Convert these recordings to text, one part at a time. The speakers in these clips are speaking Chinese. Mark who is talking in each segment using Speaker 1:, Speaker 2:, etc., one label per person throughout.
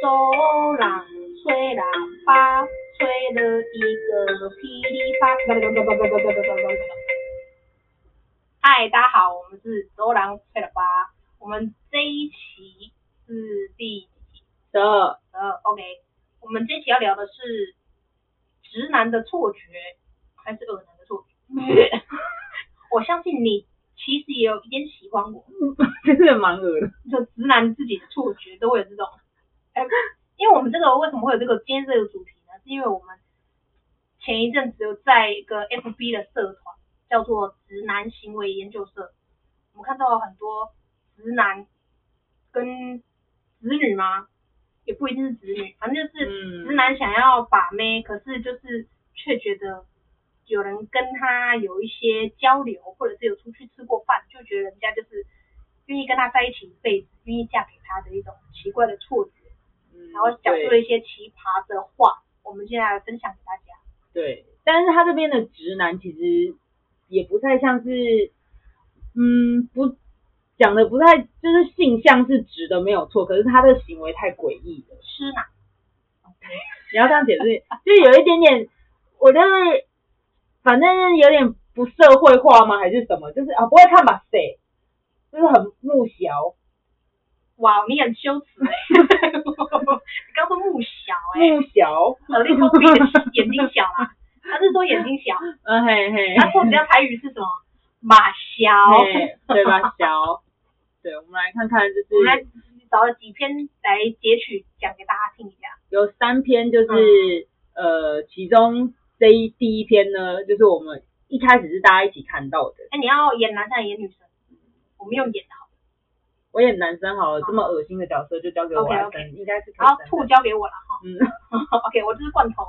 Speaker 1: 走廊，吹喇叭，吹了一个噼里啪啦。嗨，大家好，我们是走廊吹喇叭，我们这一期是第几集？
Speaker 2: 十二，
Speaker 1: 呃，OK，我们这期要聊的是直男的错觉还是恶男的错觉？我相信你其实也有一点喜欢我，
Speaker 2: 真的蛮恶的。
Speaker 1: 就直男自己的错觉都会有这种。哎、因为我们这个为什么会有这个今天这个主题呢？是因为我们前一阵子有在一个 FB 的社团叫做直男行为研究社，我们看到很多直男跟直女吗？也不一定是直女，反正就是
Speaker 2: 嗯
Speaker 1: 直男想要把妹，可是就是却觉得有人跟他有一些交流，或者是有出去吃过饭，就觉得人家就是愿意跟他在一起一辈子，愿意嫁给他的一种奇怪的错觉，然后讲述了
Speaker 2: 嗯对
Speaker 1: 一些奇葩的话，我们现在来分享给大家。
Speaker 2: 对，但是他这边的直男其实也不太像是，嗯，不讲的不太就是性向是直的没有错，可是他的行为太诡异了。
Speaker 1: 吃哪？
Speaker 2: 你要 这样解释，就是有一点点，我就是反正有点不社会化吗？还是什么？就是啊，不会看吧？谁？就是很木小，
Speaker 1: 哇，你很 羞耻哎、你刚说木小哎、
Speaker 2: 木 小，
Speaker 1: 我立功比的眼睛小啦，他是说眼睛小，
Speaker 2: 嗯嘿嘿
Speaker 1: 他说比较台语是什么？马小。
Speaker 2: 对对吧？小， 对，我们来看看，就是
Speaker 1: 我们来找了几篇来截取讲给大家听一下。
Speaker 2: 有三篇，就是、呃，其中这一第一篇呢，就是我们一开始是大家一起看到的。
Speaker 1: 哎、你要演男生还是演女生？我们用演的好了。
Speaker 2: 我演男生好了，
Speaker 1: 好
Speaker 2: 这么恶心的角色就交给我
Speaker 1: OK，
Speaker 2: 来
Speaker 1: OK
Speaker 2: 分，应该是可
Speaker 1: 然
Speaker 2: 以
Speaker 1: 后
Speaker 2: 分
Speaker 1: 兔
Speaker 2: 的。
Speaker 1: 交给我了 哈。
Speaker 2: 嗯，
Speaker 1: OK，我就是罐头，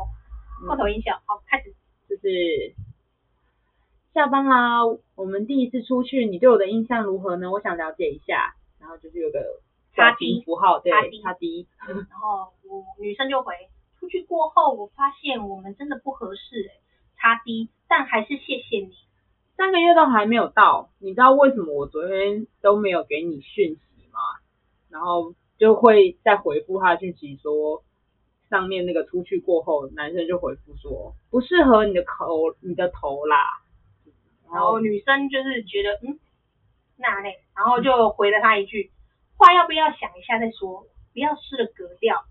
Speaker 1: 罐头音效。好，开始。
Speaker 2: 就是下班啦，我们第一次出去，你对我的印象如何呢？我想了解一下。然后就是有个
Speaker 1: 叉
Speaker 2: 表
Speaker 1: D
Speaker 2: 情符号，对
Speaker 1: 叉 D，
Speaker 2: 叉 D，
Speaker 1: 然后我女生就回：出去过后，我发现我们真的不合适、欸，差低，但还是谢谢你。
Speaker 2: 三个月都还没有到，你知道为什么我昨天都没有给你讯息吗？然后就会再回复他的讯息说，上面那个出去过后，男生就回复说不适合你的口，你的头啦。
Speaker 1: 然后女生就是觉得嗯，那嘞，然后就回了他一句：话要不要想一下再说，不要失了格调。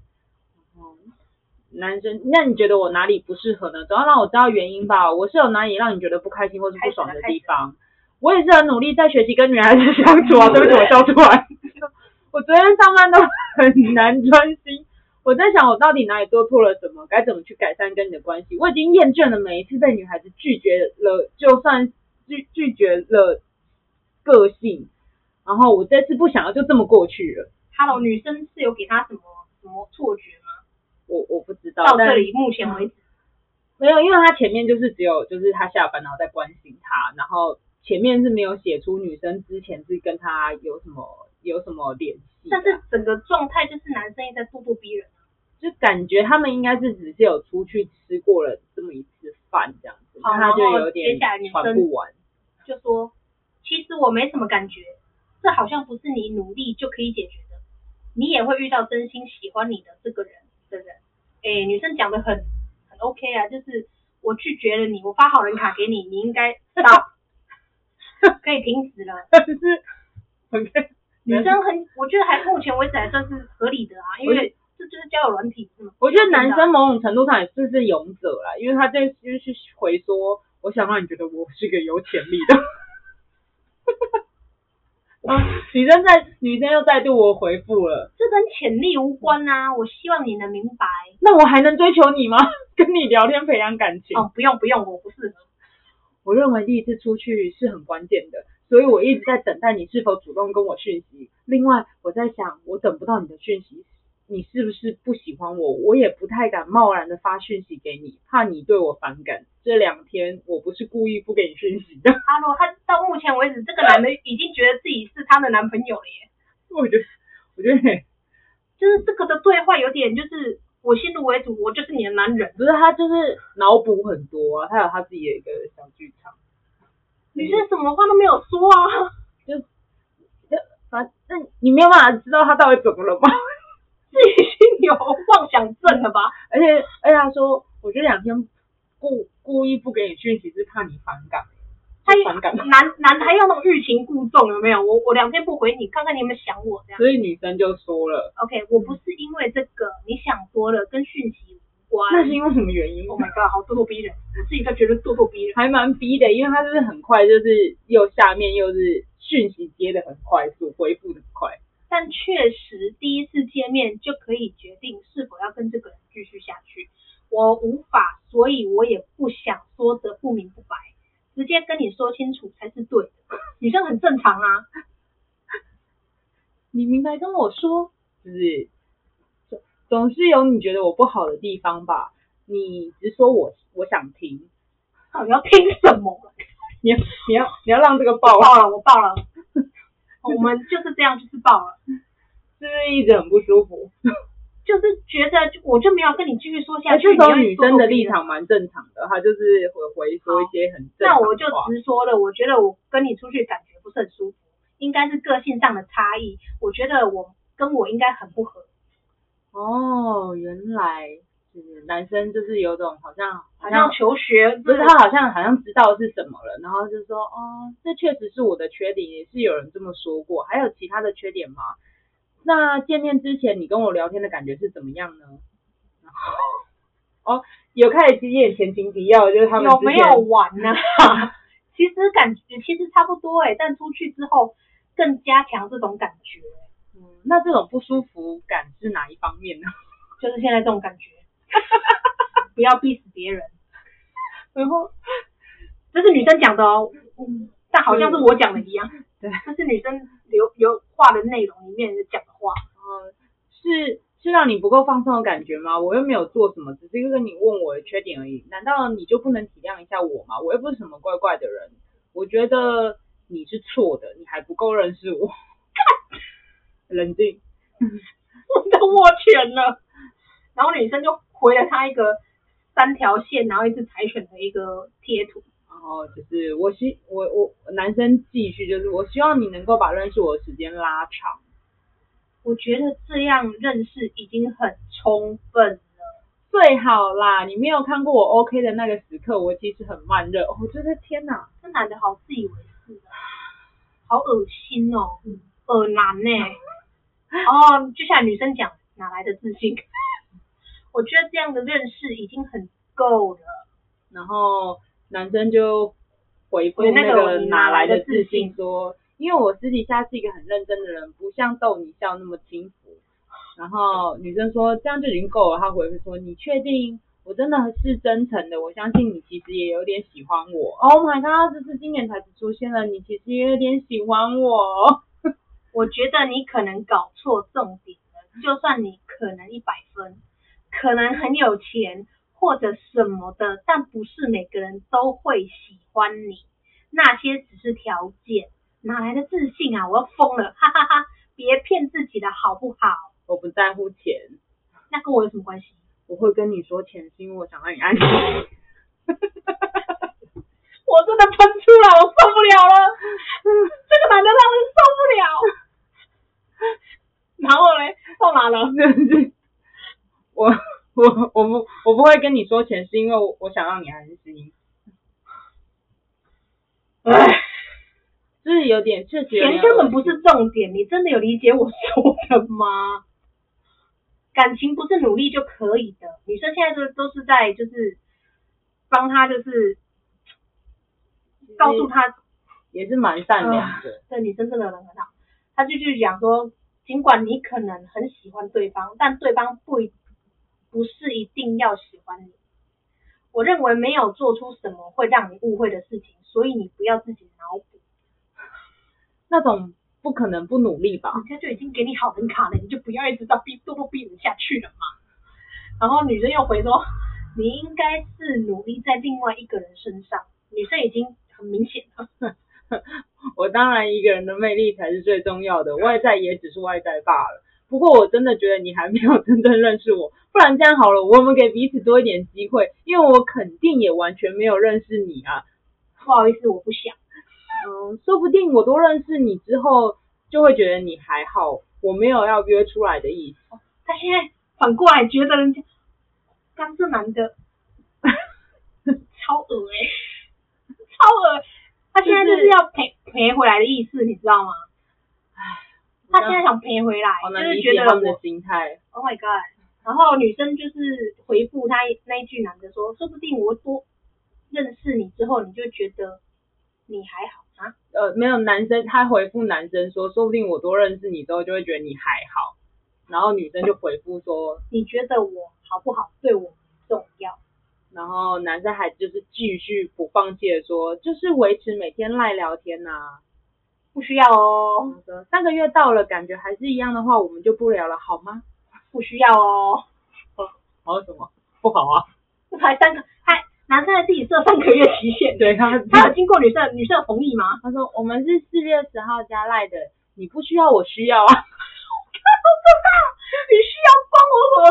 Speaker 2: 男生，那你觉得我哪里不适合呢？总要让我知道原因吧。我是有哪里让你觉得不开心或是不爽的地方？我也是很努力在学习跟女孩子相处啊。对不起，我笑出 来。我昨天上班都很难专心，我在想我到底哪里做错了什么，该怎么去改善跟你的关系。我已经厌倦了每一次被女孩子拒绝了，就算拒拒绝了个性，然后我这次不想要就这么过去了。
Speaker 1: Hello，女生是有给他什么什么错觉吗？
Speaker 2: 我我不知道，
Speaker 1: 到
Speaker 2: 但
Speaker 1: 这里嗯目前为止，
Speaker 2: 没有，因为他前面就是只有就是他下班然后再关心他，然后前面是没有写出女生之前是跟他有什么有什么联系啊的，
Speaker 1: 但是整个状态就是男生也在咄咄逼人。
Speaker 2: 就感觉他们应该是只是有出去吃过了这么一次饭这样子，
Speaker 1: 好
Speaker 2: 那他就
Speaker 1: 然后
Speaker 2: 有点
Speaker 1: 接下来女生
Speaker 2: 传不 完。
Speaker 1: 就说其实我没什么感觉，这好像不是你努力就可以解决的，你也会遇到真心喜欢你的这个人的人。哎，女生讲的很很 OK 啊，就是我拒绝了你，我发好人卡给你，你应该 stop，可 以停止了。
Speaker 2: 但是 OK，
Speaker 1: 女生很，我觉得还目前为止还算是合理的啊，因
Speaker 2: 我觉
Speaker 1: 为这就是交友软体是吗？
Speaker 2: 我觉得男生某种程度上也是是勇者啦，因为他这就是回说，我想让你觉得我是个有潜力 的。然后女生在女生又再度我回复了。
Speaker 1: 这跟潜力无关啊，我希望你能明白。
Speaker 2: 那我还能追求你吗？ 跟你聊天培养感情。
Speaker 1: 哦，不用不用，我不适合。
Speaker 2: 我认为第一次出去是很关键的，所以我一直在等待你是否主动跟我讯息。另外，我在想，我等不到你的讯息，你是不是不喜欢我？我也不太敢贸然的发讯息给你，怕你对我反感。这两天我不是故意不给你讯息的，
Speaker 1: 哈喽，他到目前为止，这个男的已经觉得自己是她的男朋友了耶。
Speaker 2: 我觉得，我觉得
Speaker 1: 就是这个的对话有点就是我先入为主，我就是你的男人。
Speaker 2: 不是他就是脑补很多啊，他有他自己的一个小剧场。
Speaker 1: 女生什么话都没有说啊，
Speaker 2: 反正你没有办法知道他到底怎么了吗？
Speaker 1: 自己心有妄想症了吧？
Speaker 2: 而且而且他说，我这两天故故意不给你讯息是怕你反感，
Speaker 1: 他
Speaker 2: 反感，
Speaker 1: 男男还要那种欲擒故纵，有没有？我我两天不回你，看看你有没有想我这样。
Speaker 2: 所以女生就说了，
Speaker 1: OK，我不是因为这个，你想多了，跟讯息无关。
Speaker 2: 那是因为什么原因？
Speaker 1: Oh my god，好咄咄逼人，我自己都觉得咄咄逼人。
Speaker 2: 还蛮逼的，因为他就是很快，就是又下面又是讯息接的很快速，回复的很快。
Speaker 1: 但确实第一次见面就可以决定是否要跟这个人继续下去。我无法，所以我也不想说的不明不白，直接跟你说清楚才是对的。女生很正常啊，
Speaker 2: 你明白跟我说，就是总总是有你觉得我不好的地方吧？你只说我我想听，
Speaker 1: 到底要听什么？
Speaker 2: 你要你要你要让这个爆，
Speaker 1: 爆了，我爆了，我们就是这样，就是爆了。
Speaker 2: 是不是一直很不舒服？
Speaker 1: 就是觉得我就没有跟你继续说下
Speaker 2: 而
Speaker 1: 去。
Speaker 2: 哎这时候
Speaker 1: 你又
Speaker 2: 女生的立
Speaker 1: 咄咄逼人，
Speaker 2: 场蛮正常的，她就是回回说一些很正
Speaker 1: 那
Speaker 2: 常的
Speaker 1: 我就
Speaker 2: 话
Speaker 1: 直说了，我觉得我跟你出去感觉不是很舒服，应该是个性上的差异。我觉得我跟我应该很不合，
Speaker 2: 哦，原来就是男生就是有种好像
Speaker 1: 好像求学嗯
Speaker 2: 不是他好像好像知道是什么了，然后就说哦，这确实是我的缺点，也是有人这么说过。还有其他的缺点吗？那见面之前你跟我聊天的感觉是怎么样呢？哦，有开始有点前情提要，就是他们
Speaker 1: 有没
Speaker 2: 之前
Speaker 1: 有玩 呢、其实感觉其实差不多哎、但出去之后更加强这种感觉，
Speaker 2: 嗯那这种不舒服感是哪一方面呢？
Speaker 1: 就是现在这种感觉，不要逼死别人。
Speaker 2: 然后
Speaker 1: 这是女生讲的哦，嗯但好像是我讲的一样。
Speaker 2: 对，
Speaker 1: 这是女生留留话的内容里面讲的话。
Speaker 2: 呃，是是让你不够放松的感觉吗？我又没有做什么，只是跟你问我的缺点而已。难道你就不能体谅一下我吗？我又不是什么怪怪的人。我觉得你是错的，你还不够认识我。 冷静，
Speaker 1: 我都握拳了，然后女生就回了他一个三条线，然后一只柴犬的一个贴图。
Speaker 2: 然后就是我希我我男生继续就是我希望你能够把认识我的时间拉长。
Speaker 1: 我觉得这样认识已经很充分了。
Speaker 2: 最好啦，你没有看过我 OK 的那个时刻，我其实很慢热。哦我觉得天哪，
Speaker 1: 这男的好自以为是啊，好恶心哦，恶男呢、哦，就像女生讲，哪来的自信？ 我觉得这样的认识已经很够了。
Speaker 2: 然后男生就回复
Speaker 1: 回那
Speaker 2: 那
Speaker 1: 个
Speaker 2: 个
Speaker 1: 你哪
Speaker 2: 哪
Speaker 1: 来
Speaker 2: 来
Speaker 1: 的
Speaker 2: 的
Speaker 1: 自
Speaker 2: 自信
Speaker 1: 信
Speaker 2: 说，因为我私底下是一个很认真的人，不像逗你笑那么轻浮。然后女生说这样就已经够了，他回复说你确定？我真的是真诚的，我相信你其实也有点喜欢我。Oh my god，这是今年才出现了，你其实也有点喜欢我。哦
Speaker 1: 我觉得你可能搞错重点了。就算你可能一百分，可能很有钱或者什么的，但不是每个人都会喜欢你。那些只是条件，哪来的自信啊？我要疯了，哈哈哈别骗自己了，好不好？
Speaker 2: 我不在乎钱，
Speaker 1: 那跟我有什么关系？
Speaker 2: 我会跟你说钱是因为我想让你安心。
Speaker 1: 我真的喷出来，我受不了 了，这个男的让人受不了。 然后嘞，到哪了？
Speaker 2: 就是 我我我不我不会跟你说钱，是因为我我想让你安心，
Speaker 1: 唉。
Speaker 2: 就是有点确实有
Speaker 1: 钱
Speaker 2: 点
Speaker 1: 根本不
Speaker 2: 恶心
Speaker 1: 是重点，你真的有理解我说的吗？感情不是努力就可以的，女生现在都都是在就是帮他就是告诉他，
Speaker 2: 也是蛮善良的，
Speaker 1: 这女生真的人很好，他就去讲说，尽管你可能很喜欢对方，但对方不一不是一定要喜欢你。我认为没有做出什么会让你误会的事情，所以你不要自己脑补。
Speaker 2: 那种不可能不努力吧？
Speaker 1: 人家就已经给你好人卡了，你就不要一直到逼咄咄逼人下去了嘛。然后女生又回说，你应该是努力在另外一个人身上。女生已经很明显了，
Speaker 2: 我当然一个人的魅力才是最重要的，外在也只是外在罢了。不过我真的觉得你还没有真正认识我，不然这样好了，我们给彼此多一点机会，因为我肯定也完全没有认识你啊。
Speaker 1: 不好意思，我不想。
Speaker 2: 嗯，说不定我多认识你之后，就会觉得你还好，我没有要约出来的意思。
Speaker 1: 他现在反过来觉得人家，刚这男的超恶哎、 超恶，他现在就是要赔赔回来的意思，你知道吗？他现在想赔回来，
Speaker 2: 好
Speaker 1: 就
Speaker 2: 难
Speaker 1: 是
Speaker 2: 理
Speaker 1: 觉
Speaker 2: 解
Speaker 1: 得
Speaker 2: 他
Speaker 1: 我
Speaker 2: 们的心态。
Speaker 1: Oh my god！然后女生就是回复他那一句男的说，说不定我多认识你之后，你就觉得你还好啊。
Speaker 2: 呃，没有男生，他回复男生说，说不定我多认识你之后就会觉得你还好，然后女生就回复说，
Speaker 1: 你觉得我好不好对我不重要？
Speaker 2: 然后男生还就是继续不放弃的说，就是维持每天赖聊天呐、
Speaker 1: 不需要哦，
Speaker 2: 三个月到了，感觉还是一样的话，我们就不聊了，好吗？
Speaker 1: 不需要哦。
Speaker 2: 好什么？不好啊。
Speaker 1: 才三个，还男生还自己设三个月期限，
Speaker 2: 对他，
Speaker 1: 他有经过女生的女生的同意吗？
Speaker 2: 他说我们是四月十号加赖的，你不需要，我需要啊，
Speaker 1: 你需要关我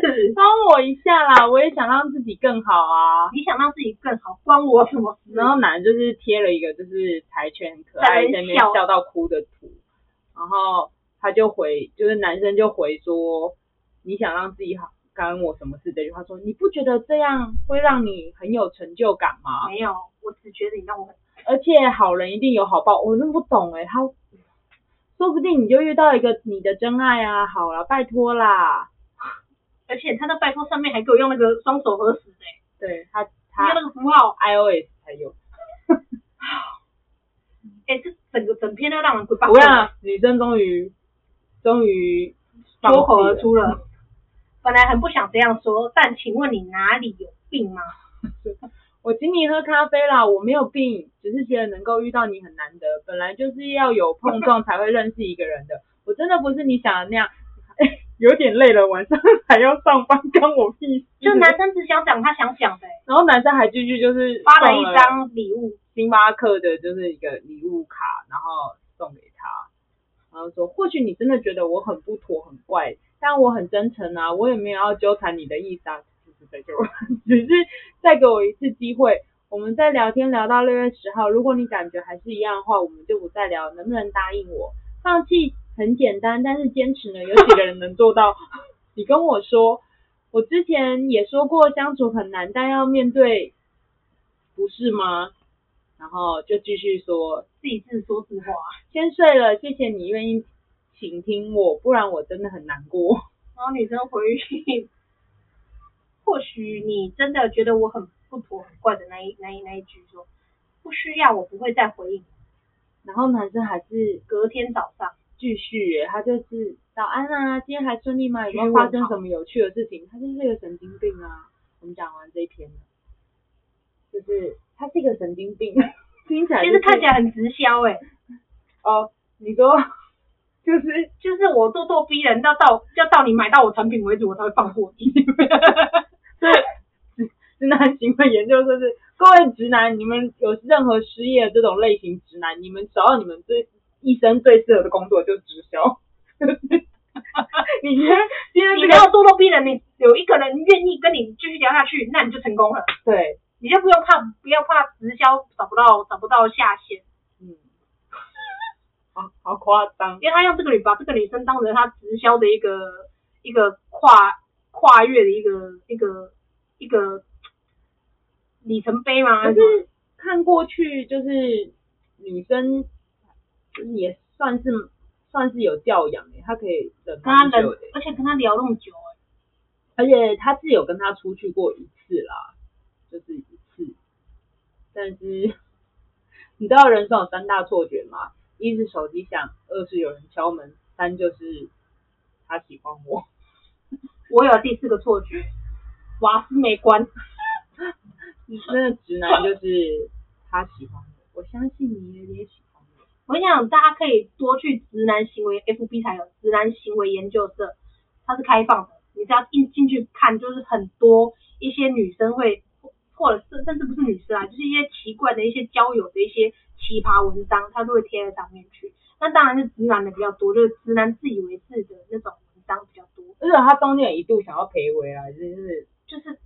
Speaker 1: 什么事？
Speaker 2: 帮我一下啦，我也想让自己更好啊。
Speaker 1: 你想让自己更好，关我什么事？
Speaker 2: 然后男的就是贴了一个就是柴犬很可
Speaker 1: 在那
Speaker 2: 爱在那
Speaker 1: 边
Speaker 2: 边
Speaker 1: 笑
Speaker 2: 笑到哭的图，然后他就回，就是男生就回说你想让自己好，干我什么事？这句话说你不觉得这样会让你很有成就感吗？
Speaker 1: 没有，我只觉得你让我很
Speaker 2: 而且好人一定有好报，我真不懂哎、他说不定你就遇到一个你的真爱啊，好了，拜托啦。
Speaker 1: 而且他在拜托上面还给我用那个双手合十的、欸，
Speaker 2: 对他
Speaker 1: 用
Speaker 2: 他
Speaker 1: 那个符号，
Speaker 2: iOS 才有，
Speaker 1: 哎、这整个整篇都让人鬼八
Speaker 2: 我让女生终于终于放弃
Speaker 1: 脱口而
Speaker 2: 了，
Speaker 1: 出了。本来很不想这样说，但请问你哪里有病吗？
Speaker 2: 我请你喝咖啡啦，我没有病，只是觉得能够遇到你很难得，本来就是要有碰撞才会认识一个人的，我真的不是你想的那样。 有点累了，晚上还要上班，关我屁事。
Speaker 1: 就男生只想讲他想讲的、欸，
Speaker 2: 然后男生还继续就是
Speaker 1: 发了一
Speaker 2: 送
Speaker 1: 张礼物，
Speaker 2: 星巴克的就是一个礼物卡，然后送给他，然后说或许你真的觉得我很不妥很怪，但我很真诚啊，我也没有要纠缠你的意思啊，就是再给我，只是再给我一次机会，我们再聊天聊到六月十号，如果你感觉还是一样的话，我们就不再聊，能不能答应我？放弃很简单，但是坚持呢，有几个人能做到？你跟我说，我之前也说过相处很难，但要面对，不是吗？然后就继续说，
Speaker 1: 自己自说自话。
Speaker 2: 先睡了，谢谢你愿意倾听我，不然我真的很难过。
Speaker 1: 然后女生回去， 或许你真的觉得我很不妥、很怪的那一、那一、那一句说，不需要，我不会再回应。
Speaker 2: 然后男生还是
Speaker 1: 隔天早上，
Speaker 2: 继续耶，他就是早安啊，今天还顺利吗？有没有发生什么有趣的事情？他就是个神经病啊！我们讲完这一篇了，就是他是一个神经病， 听起来、
Speaker 1: 其实看起来很直销哎、
Speaker 2: 哦，你说 就是
Speaker 1: 就是我咄咄逼人，要到要到你买到我产品为止，我才会放过你。
Speaker 2: 对，直直男行为研究就是，各位直男，你们有任何失业这种类型直男，你们找到你们最一生最适合的工作就是直销。 你今天今天
Speaker 1: 你
Speaker 2: 这
Speaker 1: 没
Speaker 2: 个
Speaker 1: 有咄咄逼人，你有一个人愿意跟你继续聊下去，那你就成功了，
Speaker 2: 对，
Speaker 1: 你就不用怕，不要怕直销找不到找不到下线，
Speaker 2: 嗯，好好夸张，
Speaker 1: 因为他用这个女把这个女生当成他直销的一个一个跨跨越的一个一个一个里程碑嘛，
Speaker 2: 可是看过去就是女生就是也算是算是有教养诶，她可以忍
Speaker 1: 跟他
Speaker 2: 蛮
Speaker 1: 人
Speaker 2: 久的，，欸
Speaker 1: 而且跟他聊那么久、欸，
Speaker 2: 而且他是有跟他出去过一次啦，就是一次，但是你知道人生有三大错觉吗？一是手机响，二是有人敲门，三就是他喜欢 我。
Speaker 1: 我有第四个错觉，瓦斯没关，
Speaker 2: 那个直男就是他喜欢我，我相信你也喜欢我。
Speaker 1: 我想大家可以多去直男行为 FB 才有直男行为研究社，它是开放的，你只要一进去看，就是很多一些女生会，或者是甚至不是女生啊，就是一些奇怪的一些交友的一些奇葩文章，它都会贴在上面去。那当然是直男的比较多，就是直男自以为是的那种文章比较多，
Speaker 2: 而且他中间有一度想要陪回来，就是
Speaker 1: 就是。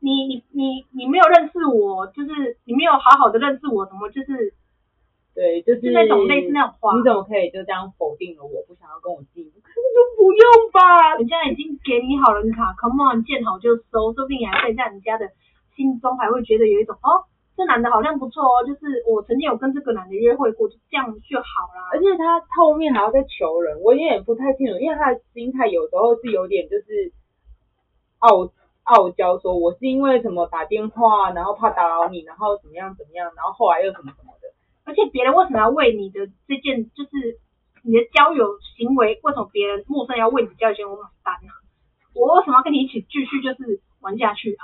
Speaker 1: 你你你你没有认识我，就是你没有好好的认识我，怎么就是
Speaker 2: 对，就是
Speaker 1: 就那种类似那种话
Speaker 2: 你怎么可以就这样否定了我不想要跟我进一步？可是就不用吧，
Speaker 1: 人家已经给你好人卡，Come on，见好就收，说不定你还会在人家的心中还会觉得有一种哦，这男的好像不错哦，就是我曾经有跟这个男的约会过，就这样就好啦。
Speaker 2: 而且他他后面还要再求人，我有点不太清楚，因为他的心态有时候是有点就是傲傲娇，说我是因为什么打电话，然后怕打扰你，然后怎么样怎么样，然后后来又什么什么的。
Speaker 1: 而且别人为什么要为你的这件，就是你的交友行为，为什么别人陌生人要为你的交友行为买单呢、我为什么要跟你一起继续就是玩下去啊？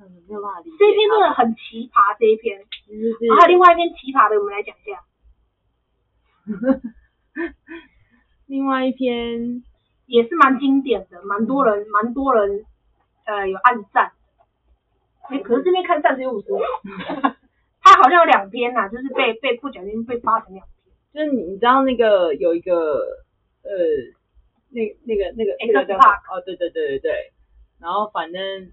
Speaker 2: 嗯，没有办法理解。
Speaker 1: 这一篇真的很奇葩，这一篇。
Speaker 2: 就是
Speaker 1: 然后还有另外一篇奇葩的，我们来讲一下，
Speaker 2: 另外一篇，
Speaker 1: 也是蛮经典的，蛮多
Speaker 2: 嗯
Speaker 1: 人，蛮多人，呃，有暗赞。哎、
Speaker 2: 嗯
Speaker 1: 可是这边看赞只有五十五， 他好像有两篇呐、就是被被不小心被发成两篇。
Speaker 2: 就是你你知道那个有一个呃，那那个那个那
Speaker 1: X
Speaker 2: 个叫什么
Speaker 1: Park
Speaker 2: 哦，对对对对对，然后反正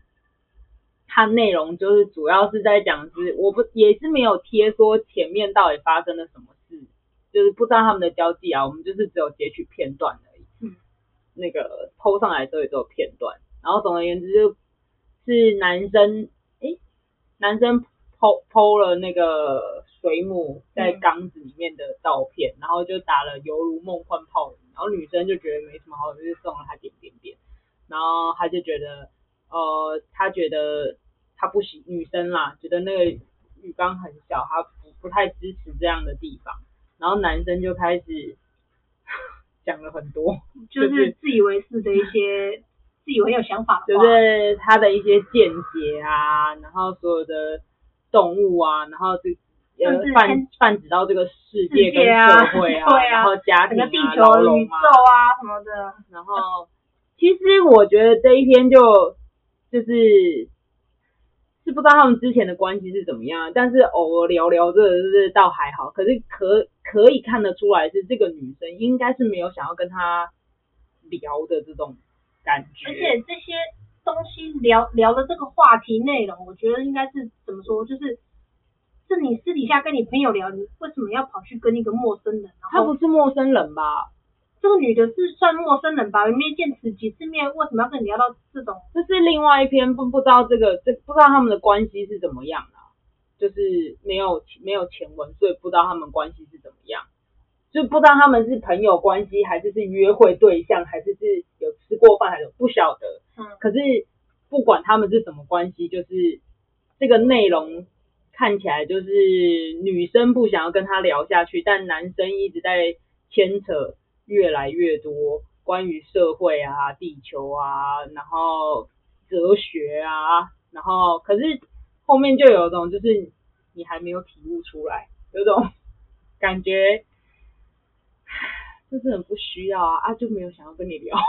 Speaker 2: 它内容就是主要是在讲是，我不也是没有贴说前面到底发生了什么事，就是不知道他们的交际啊，我们就是只有截取片段而已。
Speaker 1: 嗯，
Speaker 2: 那个偷上来之后也只有片段，然后总而言之就是男生诶，男生剖剖了那个水母在
Speaker 1: 嗯
Speaker 2: 缸子里面的照片，然后就打了犹如梦幻泡影，然后女生就觉得没什么好，就是送了他点点点，然后他就觉得呃，他觉得他不喜女生啦，觉得那个浴缸很小，他不不太支持这样的地方，然后男生就开始 讲了很多。
Speaker 1: 就是自以为是的一
Speaker 2: 嗯
Speaker 1: 些自以为很有想法的
Speaker 2: 就
Speaker 1: 话，
Speaker 2: 是他的一些见解啊，然后所有的动物啊，然后这呃
Speaker 1: 就是
Speaker 2: 泛
Speaker 1: 先
Speaker 2: 泛指到这个世界
Speaker 1: 世界
Speaker 2: 跟
Speaker 1: 啊
Speaker 2: 社 会
Speaker 1: 对啊
Speaker 2: 然后家
Speaker 1: 整
Speaker 2: 庭
Speaker 1: 个
Speaker 2: 啊、
Speaker 1: 地球、
Speaker 2: 牢笼
Speaker 1: 宇
Speaker 2: 啊
Speaker 1: 宙啊什么的，
Speaker 2: 然后其实我觉得这一篇就就是是不知道他们之前的关系是怎么样，但是偶尔聊聊这个是倒还好，可是可可以看得出来是这个女生应该是没有想要跟他聊的这种感觉，
Speaker 1: 而且这些东西聊聊的这个话题内容，我觉得应该是怎么说，就是是你私底下跟你朋友聊，你为什么要跑去跟一个陌生人？然
Speaker 2: 他
Speaker 1: 后
Speaker 2: 不是陌生人吧？
Speaker 1: 这个女的是算陌生人吧？你没见此几次面，为什么要跟你聊到这种？
Speaker 2: 这是另外一篇不不知道这个这不知道他们的关系是怎么样啊，就是没有没有前文，所以不知道他们关系是怎么样，就不知道他们是朋友关系还是是约会对象，还是是有吃过饭还是不晓得。
Speaker 1: 嗯，
Speaker 2: 可是不管他们是什么关系，就是这个内容看起来就是女生不想要跟他聊下去，但男生一直在牵扯越来越多关于社会啊、地球啊，然后哲学啊，然后可是后面就有一种就是你还没有体悟出来，有种感觉。 就是很不需要啊啊，就没有想要跟你聊。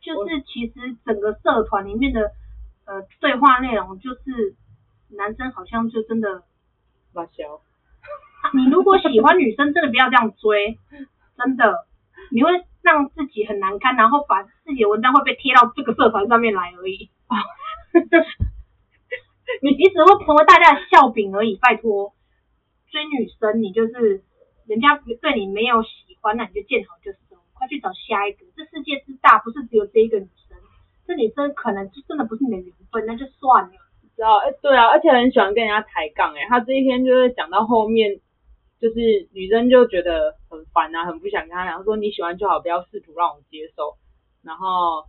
Speaker 1: 就是其实整个社团里面的呃对话内容，就是男生好像就真的，
Speaker 2: 把小
Speaker 1: 你如果喜欢女生，真的不要这样追，真的，你会让自己很难堪，然后把自己的文章会被贴到这个社团上面来而已。 你你只会成为大家的笑柄而已，拜托。追女生，你就是人家对你没有喜欢，那你就见好就收，快去找下一个。这世界之大，不是只有这一个女生，这女生可能就真的不是你的缘分，那就算了。
Speaker 2: 知道，哎、对啊，而且很喜欢跟人家抬杠、哎，他这一天就是讲到后面，就是女生就觉得很烦啊，很不想跟他聊，说你喜欢就好，不要试图让我接受。然后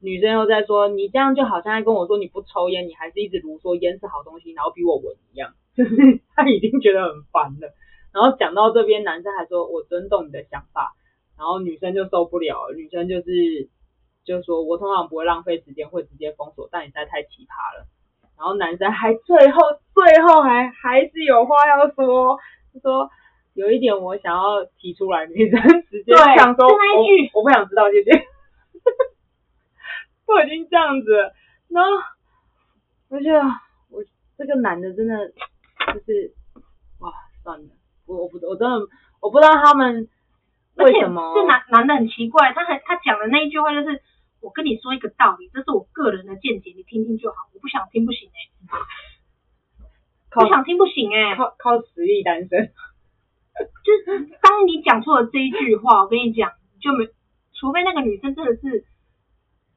Speaker 2: 女生又在说，你这样就好像在跟我说你不抽烟，你还是一直如说烟是好东西，然后逼我闻一样， 就是他已经觉得很烦了。然后讲到这边，男生还说我尊重你的想法，然后女生就受不了了，女生就是就说我通常不会浪费时间，会直接封锁，但你实在太奇葩了。然后男生还最后最后还还是有话要说，他说有一点我想要提出来，女生直接
Speaker 1: 对
Speaker 2: 想说哦
Speaker 1: 就那一句
Speaker 2: 我我不想知道，谢 谢，都已经这样子了，然后我觉得我这个男的真的就是哇算了，我我不我真的我不知道他们
Speaker 1: 而
Speaker 2: 为
Speaker 1: 且
Speaker 2: 什么
Speaker 1: 这男男的很奇怪，他很他讲的那一句话就是，我跟你说一个欸道理，这是我个人的见解，你听听就好，我不想听不行哎、
Speaker 2: 靠
Speaker 1: 不想听不行哎、
Speaker 2: 靠靠实力单身，
Speaker 1: 就是当你讲出了这一句话，我跟你讲，就没，除非那个女生真的是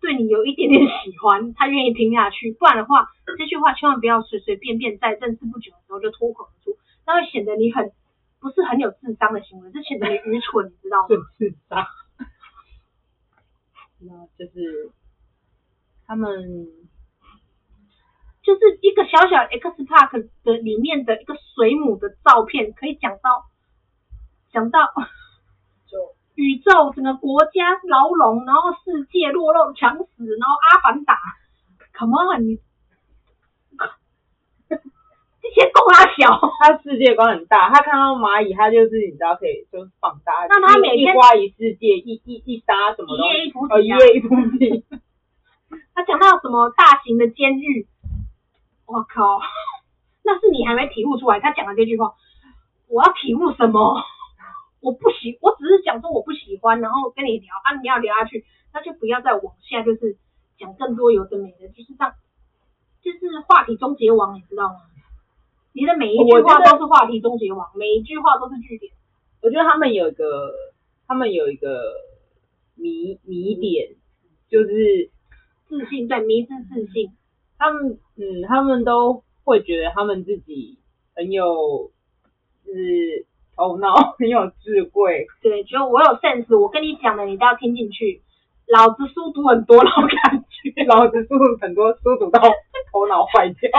Speaker 1: 对你有一点点喜欢，她愿意听下去，不然的话，这句话千万不要随随便便在认识不久的时候就脱口而出，那会显得你很不是很有智商的行为，这显得你愚蠢，你知道吗？
Speaker 2: 是渣。那就是他们
Speaker 1: 就是一个小小 X Park 的里面的一个水母的照片，可以讲到讲到
Speaker 2: 就
Speaker 1: 宇宙整个国家牢笼，然后世界弱肉强食，然后阿凡达，Come on，你 这些够他小，
Speaker 2: 他世界观很大，他看到蚂蚁，他就是你知道可以就是放大，
Speaker 1: 那他
Speaker 2: 一
Speaker 1: 每天
Speaker 2: 一花一世界，一一一沙什么
Speaker 1: 一夜一
Speaker 2: 东西，
Speaker 1: 幅
Speaker 2: 哦一
Speaker 1: 景啊。
Speaker 2: 夜一公斤，
Speaker 1: 他讲到什么大型的监狱，我靠， 那是你还没体悟出来。他讲的这句话，我要体悟什么？我不喜，我只是讲说我不喜欢，然后跟你聊啊，你要聊下去，那就不要再往下，就是讲更多有的没的，就是让，就是话题终结王，你知道吗？你的每一句
Speaker 2: 我觉
Speaker 1: 话
Speaker 2: 得
Speaker 1: 都是话题终结王，每一句话都是据点。
Speaker 2: 我觉得他们有一个，他们有一个迷迷点，就是
Speaker 1: 自信对迷之自信，
Speaker 2: 他们嗯，他们都会觉得他们自己很有，就是头脑 很有智慧，
Speaker 1: 对，就我有 sense，我跟你讲的你都要听进去。老子书读很多，老感觉。
Speaker 2: 老子书很多书读到头脑坏掉，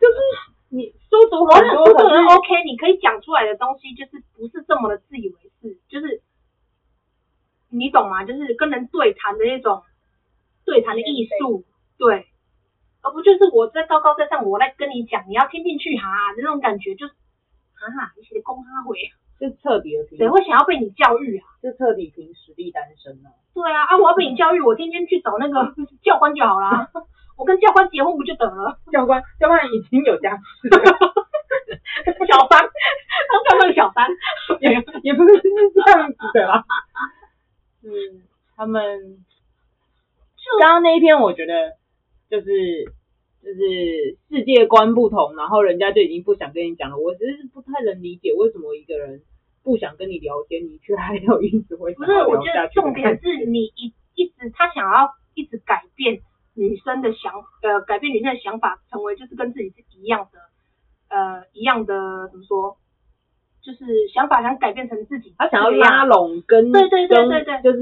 Speaker 2: 就是 你书读
Speaker 1: 我
Speaker 2: 很
Speaker 1: 很
Speaker 2: 多
Speaker 1: 多
Speaker 2: 可
Speaker 1: 人
Speaker 2: 是
Speaker 1: OK，你可以讲出来的东西就是不是这么的自以为是，就是你懂吗？就是跟人对谈的那种对谈的艺术，对，而不就是我在高高在上，我来跟你讲，你要听进去哈，那种感觉就是啊，你写的公哈回，
Speaker 2: 就彻底的
Speaker 1: 谁
Speaker 2: 凭，
Speaker 1: 会想要被你教育啊？
Speaker 2: 就彻底凭实力单身了、
Speaker 1: 对啊，啊，我要被你教育，我天天去找那个 教官就好啦， 我跟教官结婚不就得了？
Speaker 2: 教官，教官已经有家室了，
Speaker 1: 小三，当教官的小三，
Speaker 2: 也也不是这样子的啦。嗯，他们
Speaker 1: 就
Speaker 2: 刚刚那一篇，我觉得就是就是世界观不同，然后人家就已经不想跟你讲了。我只是不太能理解为什么一个人不想跟你聊天，你却还有一直会
Speaker 1: 不
Speaker 2: 想
Speaker 1: 是，
Speaker 2: 要
Speaker 1: 我
Speaker 2: 聊
Speaker 1: 觉
Speaker 2: 下
Speaker 1: 得
Speaker 2: 去的
Speaker 1: 重
Speaker 2: 感觉。
Speaker 1: 点是你一一直他想要一直改变女生的想呃改变女生的想法，成为就是跟自己是一样的呃一样的怎么说，就是想法想改变成自己
Speaker 2: 他想要
Speaker 1: 这个样
Speaker 2: 拉
Speaker 1: 子
Speaker 2: 拢跟
Speaker 1: 对对对对对
Speaker 2: 跟就是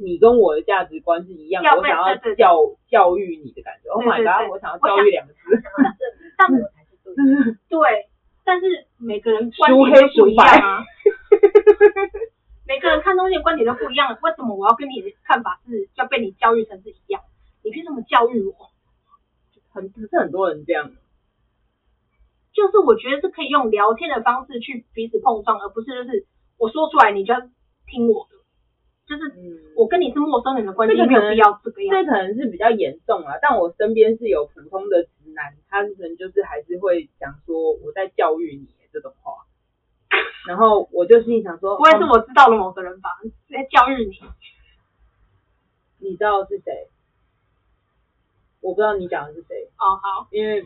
Speaker 2: 你跟我的价值观是一样的，
Speaker 1: 要
Speaker 2: 我
Speaker 1: 被
Speaker 2: 想要
Speaker 1: 对对对
Speaker 2: 教教育你的感觉。Oh my
Speaker 1: 对对
Speaker 2: god！
Speaker 1: 对
Speaker 2: 我想要
Speaker 1: 我想
Speaker 2: 教育两个字，
Speaker 1: 但
Speaker 3: 我才是对的。
Speaker 1: 嗯对，但是每个人观
Speaker 2: 孰
Speaker 1: 点都
Speaker 2: 黑
Speaker 1: 不
Speaker 2: 孰
Speaker 1: 一样
Speaker 2: 白
Speaker 1: 啊。 每个人看东西的观点都不一样，为什么我要跟你的看法是要被你教育成是一样？你凭什么教育我？
Speaker 2: 很只是很多人这样。
Speaker 1: 就是我觉得是可以用聊天的方式去彼此碰撞，而不是就是我说出来你就要听我的，就是
Speaker 2: 嗯，
Speaker 1: 我跟你是陌生人的关系，
Speaker 2: 这个
Speaker 1: 没有
Speaker 2: 可能
Speaker 1: 必要这个样
Speaker 2: 这可能是比较严重啦，但我身边是有普通的直男，他可能就是还是会讲说我在教育你这种话，然后我就心里想说，
Speaker 1: 不会是
Speaker 2: 哦
Speaker 1: 我知道了某个人吧，在教育你，
Speaker 2: 你知道是谁？我不知道你讲的是谁，
Speaker 1: 哦好，
Speaker 2: 因为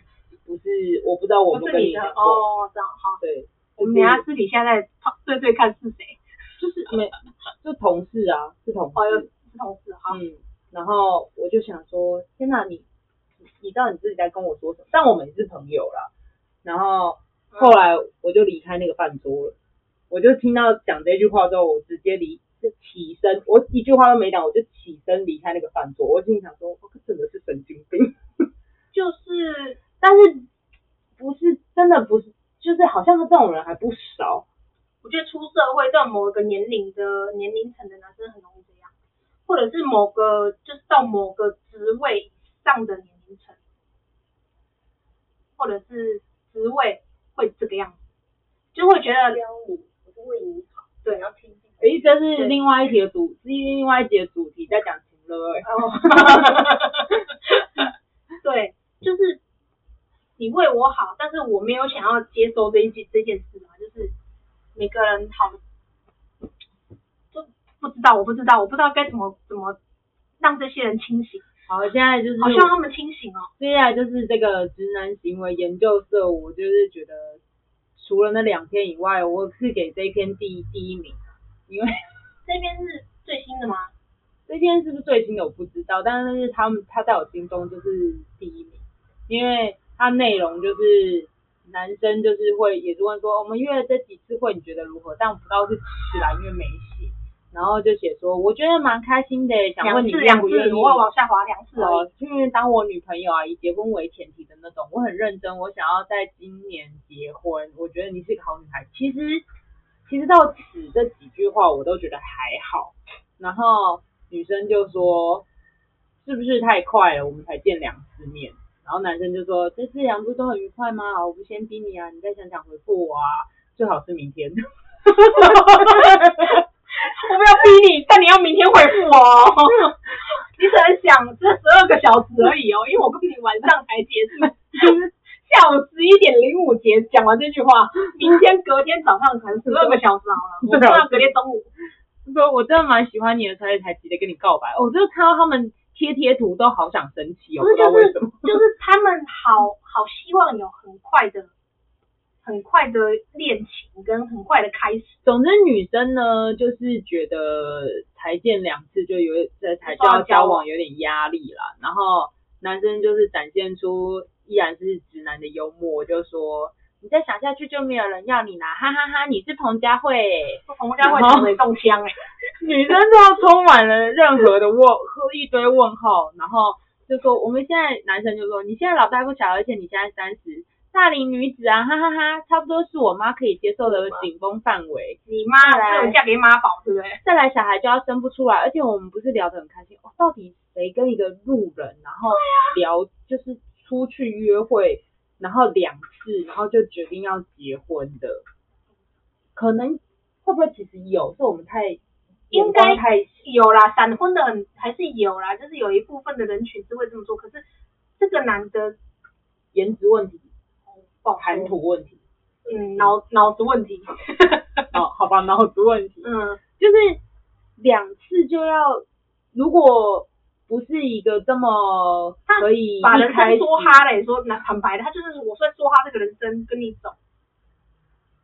Speaker 2: 不是我不知道我
Speaker 1: 不
Speaker 2: 们
Speaker 1: 是
Speaker 2: 跟
Speaker 1: 你的
Speaker 2: 讲过，
Speaker 1: 哦，这样好，
Speaker 2: 对，
Speaker 1: 我们
Speaker 2: 就
Speaker 1: 等一
Speaker 2: 是
Speaker 1: 下私底下再讨对对看是谁，
Speaker 2: 就是没就同事啊，是同
Speaker 1: 哦有
Speaker 2: 事，
Speaker 1: 是同事好，
Speaker 2: 嗯，然后我就想说，天哪，你你知道你自己在跟我说什么？但我们也是朋友啦，然后。后来我就离开那个饭桌了，我就听到讲这句话之后，我直接离就起身，我一句话都没讲，我就起身离开那个饭桌。我心里想说，我真的是神经病，
Speaker 1: 就是
Speaker 2: 但是不是真的不是，就是好像这种人还不少。
Speaker 1: 我觉得出社会到某一个年龄的年龄层的男生很容易这样，或者是某个就是到某个职位以上的年龄层，或者是职位会这个样子，就会觉得
Speaker 3: 教你，我是为你好，
Speaker 1: 对
Speaker 3: 你要听进去。
Speaker 2: 诶，这是另外一题的主，是另外一节主题在讲情乐、欸。
Speaker 1: 对，就是你为我好，但是我没有想要接收这一件这件事啊，就是每个人好，就不知道，我不知道，我不知道该怎么怎么让这些人清醒。
Speaker 2: 好，现在就是
Speaker 1: 好希望他们清醒哦。
Speaker 2: 接下来就是这个直男行为研究社，我就是觉得除了那两篇以外，我是给这一篇第一第一名，啊因为
Speaker 1: 这边是最新的吗？
Speaker 2: 这篇是不是最新的我不知道，但是他们他在我心中就是第一名，因为它内容就是男生就是会也是问说我们约了这几次会你觉得如何，但我不知道是几次啦，因为没写，然后就写说我觉得蛮开心的，欸想
Speaker 1: 两
Speaker 2: 问你
Speaker 1: 次，
Speaker 2: 愿
Speaker 1: 两
Speaker 2: 不愿
Speaker 1: 次，
Speaker 2: 意。
Speaker 1: 我往下滑两次而已。
Speaker 2: 呃，去当我女朋友啊，以结婚为前提的那种。我很认真，我想要在今年结婚。我觉得你是个好女孩。其实，其实到此这几句话我都觉得还好。然后女生就说，是不是太快了？我们才见两次面。然后男生就说，这次两次都很愉快吗？好，我不先逼你啊，你再想想回复我啊，最好是明天。
Speaker 1: 我没有逼你，但你要明天回复我 哦。你只能想这十二个小时而已哦，因为我跟你晚上才结束，下午十一点零五结讲完这句话，明天隔天早上可能十二个小时好了， 我不知道隔天中午。
Speaker 2: 说我真的蛮喜欢你的，所以才急着跟你告白。哦我真的看到他们贴贴图都好想生气哦，
Speaker 1: 不是
Speaker 2: 不知道为什么。
Speaker 1: 就是他们好好希望有很快的、很快的恋情跟很快的开始，
Speaker 2: 总之，女生呢，就是觉得才见两次就有这才叫交往有点压力啦。然后男生就是展现出依然是直男的幽默，就说你再想下去就没有人要你啦，哈哈哈你是彭佳慧。
Speaker 1: 彭佳慧成为中枪哎、
Speaker 2: 女生都充满了任何的问，一堆问号，然后就说我们现在男生就说你现在老大不小，而且你现在三十，大龄女子啊，哈哈哈，差不多是我妈可以接受的紧绷范围。
Speaker 1: 你妈只 有嫁给妈宝，对不对？
Speaker 2: 再来小孩就要生不出来，而且我们不是聊得很开心哦，到底谁跟一个路人，然后
Speaker 1: 啊
Speaker 2: 聊就是出去约会，然后两次，然后就决定要结婚的，可能会不会其实有，是我们太
Speaker 1: 应该
Speaker 2: 眼光太
Speaker 1: 有啦，闪婚的很还是有啦，就是有一部分的人群是会这么做。可是这个男的
Speaker 2: 颜值问题、哦
Speaker 1: 不好
Speaker 2: 谈
Speaker 1: 说，
Speaker 2: 吐问 题，
Speaker 1: 嗯，脑脑子问题，
Speaker 2: 哦，好吧，脑子问题，
Speaker 1: 嗯，
Speaker 2: 就是两次就要，如果不是一个这么
Speaker 1: 他
Speaker 2: 可以
Speaker 1: 把
Speaker 2: 一
Speaker 1: 人
Speaker 2: 开
Speaker 1: 生
Speaker 2: 始
Speaker 1: 说哈嘞，说那坦白的，他就是我算说哈这个人生跟你走，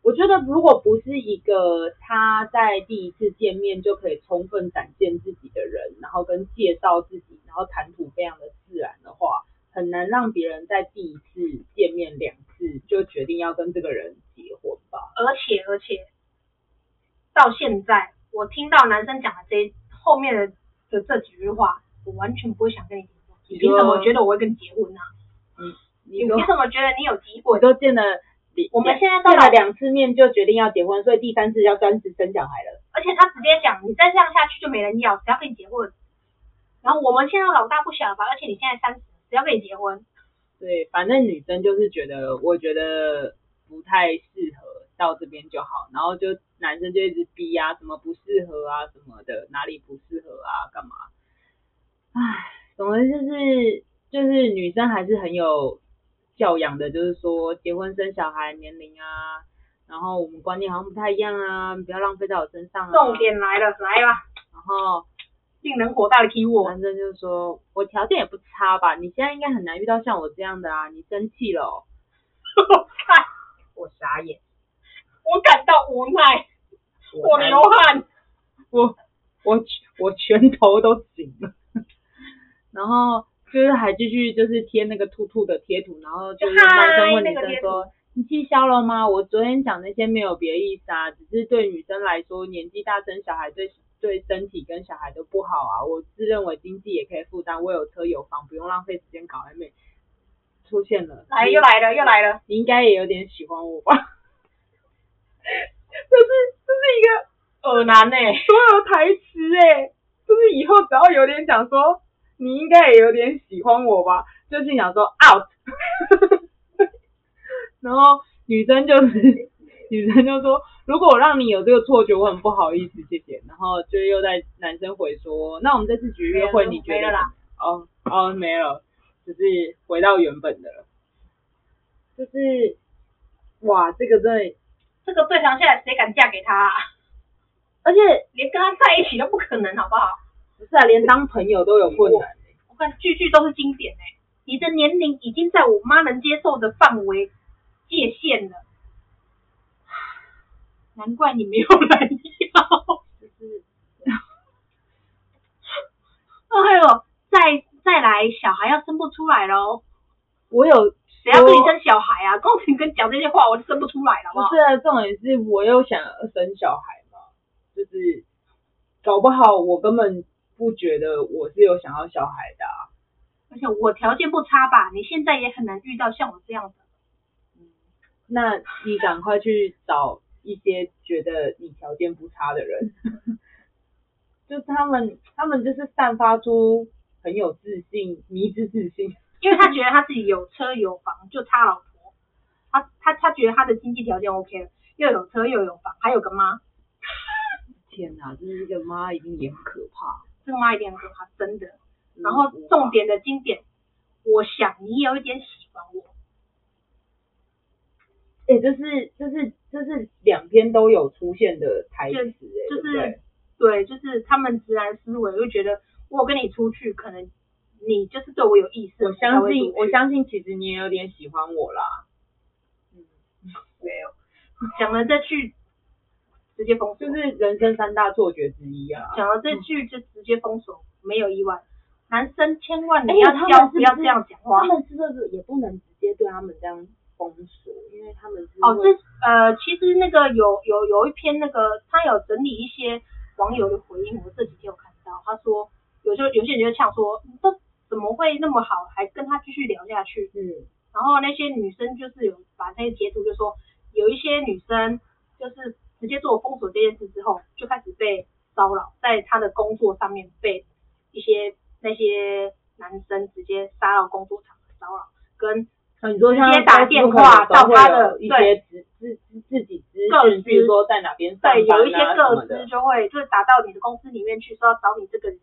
Speaker 2: 我觉得如果不是一个他在第一次见面就可以充分展现自己的人，然后跟介绍自己，然后谈吐非常的自然的话，很难让别人在第一次见面两次就决定要跟这个人结婚吧。
Speaker 1: 而且而且到现在我听到男生讲的这后面的的这几句话，我完全不会想跟你结婚。你凭什么觉得我会跟你结婚呢、啊？
Speaker 2: 你
Speaker 1: 你
Speaker 2: 都
Speaker 1: 凭什么觉得你有机会
Speaker 2: 我？都见了，
Speaker 1: 我们现在到
Speaker 2: 见
Speaker 1: 了
Speaker 2: 了两次面就决定要结婚，所以第三次要专职生小孩了。
Speaker 1: 而且他直接讲，你再这样下去就没人要，谁要跟你结婚？然后我们现在老大不小了吧，而且你现在三十，谁要跟你结婚？
Speaker 2: 对，反正女生就是觉得，我觉得不太适合到这边就好，然后就男生就一直逼啊，什么不适合啊，什么的，哪里不适合啊，干嘛？唉，总之就是就是女生还是很有教养的，就是说结婚生小孩年龄啊，然后我们观念好像不太一样啊，你不要浪费在我身上啊。
Speaker 1: 重点来了，来吧，
Speaker 2: 然后
Speaker 1: 令人火大的 keyword。
Speaker 2: 男生就说：“我条件也不差吧，你现在应该很难遇到像我这样的啊，你生气了、哦。”我傻眼，
Speaker 1: 我感到无奈，我流汗。
Speaker 2: 我我我拳头都紧了，然后就是还继续就是贴那个兔兔的贴图，然后就是
Speaker 1: 就嗨
Speaker 2: 男生问女
Speaker 1: 那个
Speaker 2: 生
Speaker 1: 贴图
Speaker 2: 说。你气消了吗？我昨天讲那些没有别的意思啊，只是对女生来说，年纪大生小孩对对身体跟小孩都不好啊。我自认为经济也可以负担，我有车有房，不用浪费时间搞暧昧。出现了，
Speaker 1: 来，又来了，
Speaker 2: 嗯
Speaker 1: 又来了。
Speaker 2: 你应该也有点喜欢我吧？ 这是这是一个
Speaker 1: 耳男呢、
Speaker 2: 所有台词哎、就是以后只要有点讲说你应该也有点喜欢我吧，就是想说 out，然后女生就是 女生就说如果我让你有这个错觉，我很不好意思，谢谢。然后就又在男生回说，那我们这次局约会你觉得
Speaker 1: 没了
Speaker 2: 怎么样
Speaker 1: 啦？
Speaker 2: 哦哦没了，就是回到原本的了，就是哇这个真的，
Speaker 1: 这个对象现在谁敢嫁给他、啊？
Speaker 2: 而且
Speaker 1: 连跟他在一起都不可能，好不好？
Speaker 2: 不是啊，连当朋友都有困难。
Speaker 1: 我我看句句都是经典哎、你的年龄已经在我妈能接受的范围界限了，难怪你没有来要。
Speaker 3: 就是
Speaker 1: 哎呦，再再来，小孩要生不出来喽，
Speaker 2: 我有
Speaker 1: 谁要跟你
Speaker 2: 说
Speaker 1: 生小孩啊？光你跟讲这些话，我就生不出来了，好不
Speaker 2: 不
Speaker 1: 好？
Speaker 2: 是啊，重点是我又想生小孩嘛，就是搞不好我根本不觉得我是有想要小孩的啊、
Speaker 1: 而且我条件不差吧，你现在也很难遇到像我这样的。
Speaker 2: 那你赶快去找一些觉得你条件不差的人， 就他们，他们就是散发出很有自信、迷之自信。
Speaker 1: 因为他觉得他自己有车有房，就差老婆。他他他觉得他的经济条件 OK 了，又有车又有房，还有个妈，
Speaker 2: 天哪，这是一个妈一定也很可怕。
Speaker 1: 这个妈一定很可怕，真的。
Speaker 2: 嗯
Speaker 1: 然后
Speaker 2: 我
Speaker 1: 重点的经典，我想你有一点喜欢我，
Speaker 2: 哎、这是这是这是两篇都有出现的台词、
Speaker 1: 就
Speaker 2: 哎，
Speaker 1: 就
Speaker 2: 对不对
Speaker 1: 是对，就是他们直男思维就觉得我跟你出去，可能你就是对我有意思，
Speaker 2: 我相信，我
Speaker 1: 相
Speaker 2: 相信其实你也有点喜欢我啦。
Speaker 1: 没有讲了这句直接封锁，
Speaker 2: 就是人生三大错觉之一啊。
Speaker 1: 讲了这句就直接封锁，没有意外。男生千万
Speaker 2: 哎
Speaker 1: 你要
Speaker 2: 呀他们
Speaker 1: 教
Speaker 2: 是
Speaker 1: 不要
Speaker 2: 不
Speaker 1: 这
Speaker 2: 是
Speaker 1: 样讲话
Speaker 2: 哦他。们是不是也不能直接对他们这样封锁？因为他们是
Speaker 1: 哦，
Speaker 2: 会
Speaker 1: 这呃，其实那个有有有一篇那个，他有整理一些网友的回应，我这几天有看到，他说有时候有些人就呛说，你都怎么会那么好，还跟他继续聊下去？
Speaker 2: 嗯
Speaker 1: 然后那些女生就是有把那些截图，就说有一些女生就是直接做封锁这件事之后，就开始被骚扰，在她的工作上面被一些那些男生直接杀到工作场的骚扰，跟
Speaker 2: 很多哦像
Speaker 1: 直接打电话到他的
Speaker 2: 都会有一些自自自自己资
Speaker 1: 各
Speaker 2: 讯，
Speaker 1: 自
Speaker 2: 比如说在哪边上班啊
Speaker 1: 对，有一些
Speaker 2: 什
Speaker 1: 个
Speaker 2: 么
Speaker 1: 资
Speaker 2: 的
Speaker 1: 就会就是打到你的公司里面去，说要找你这个人，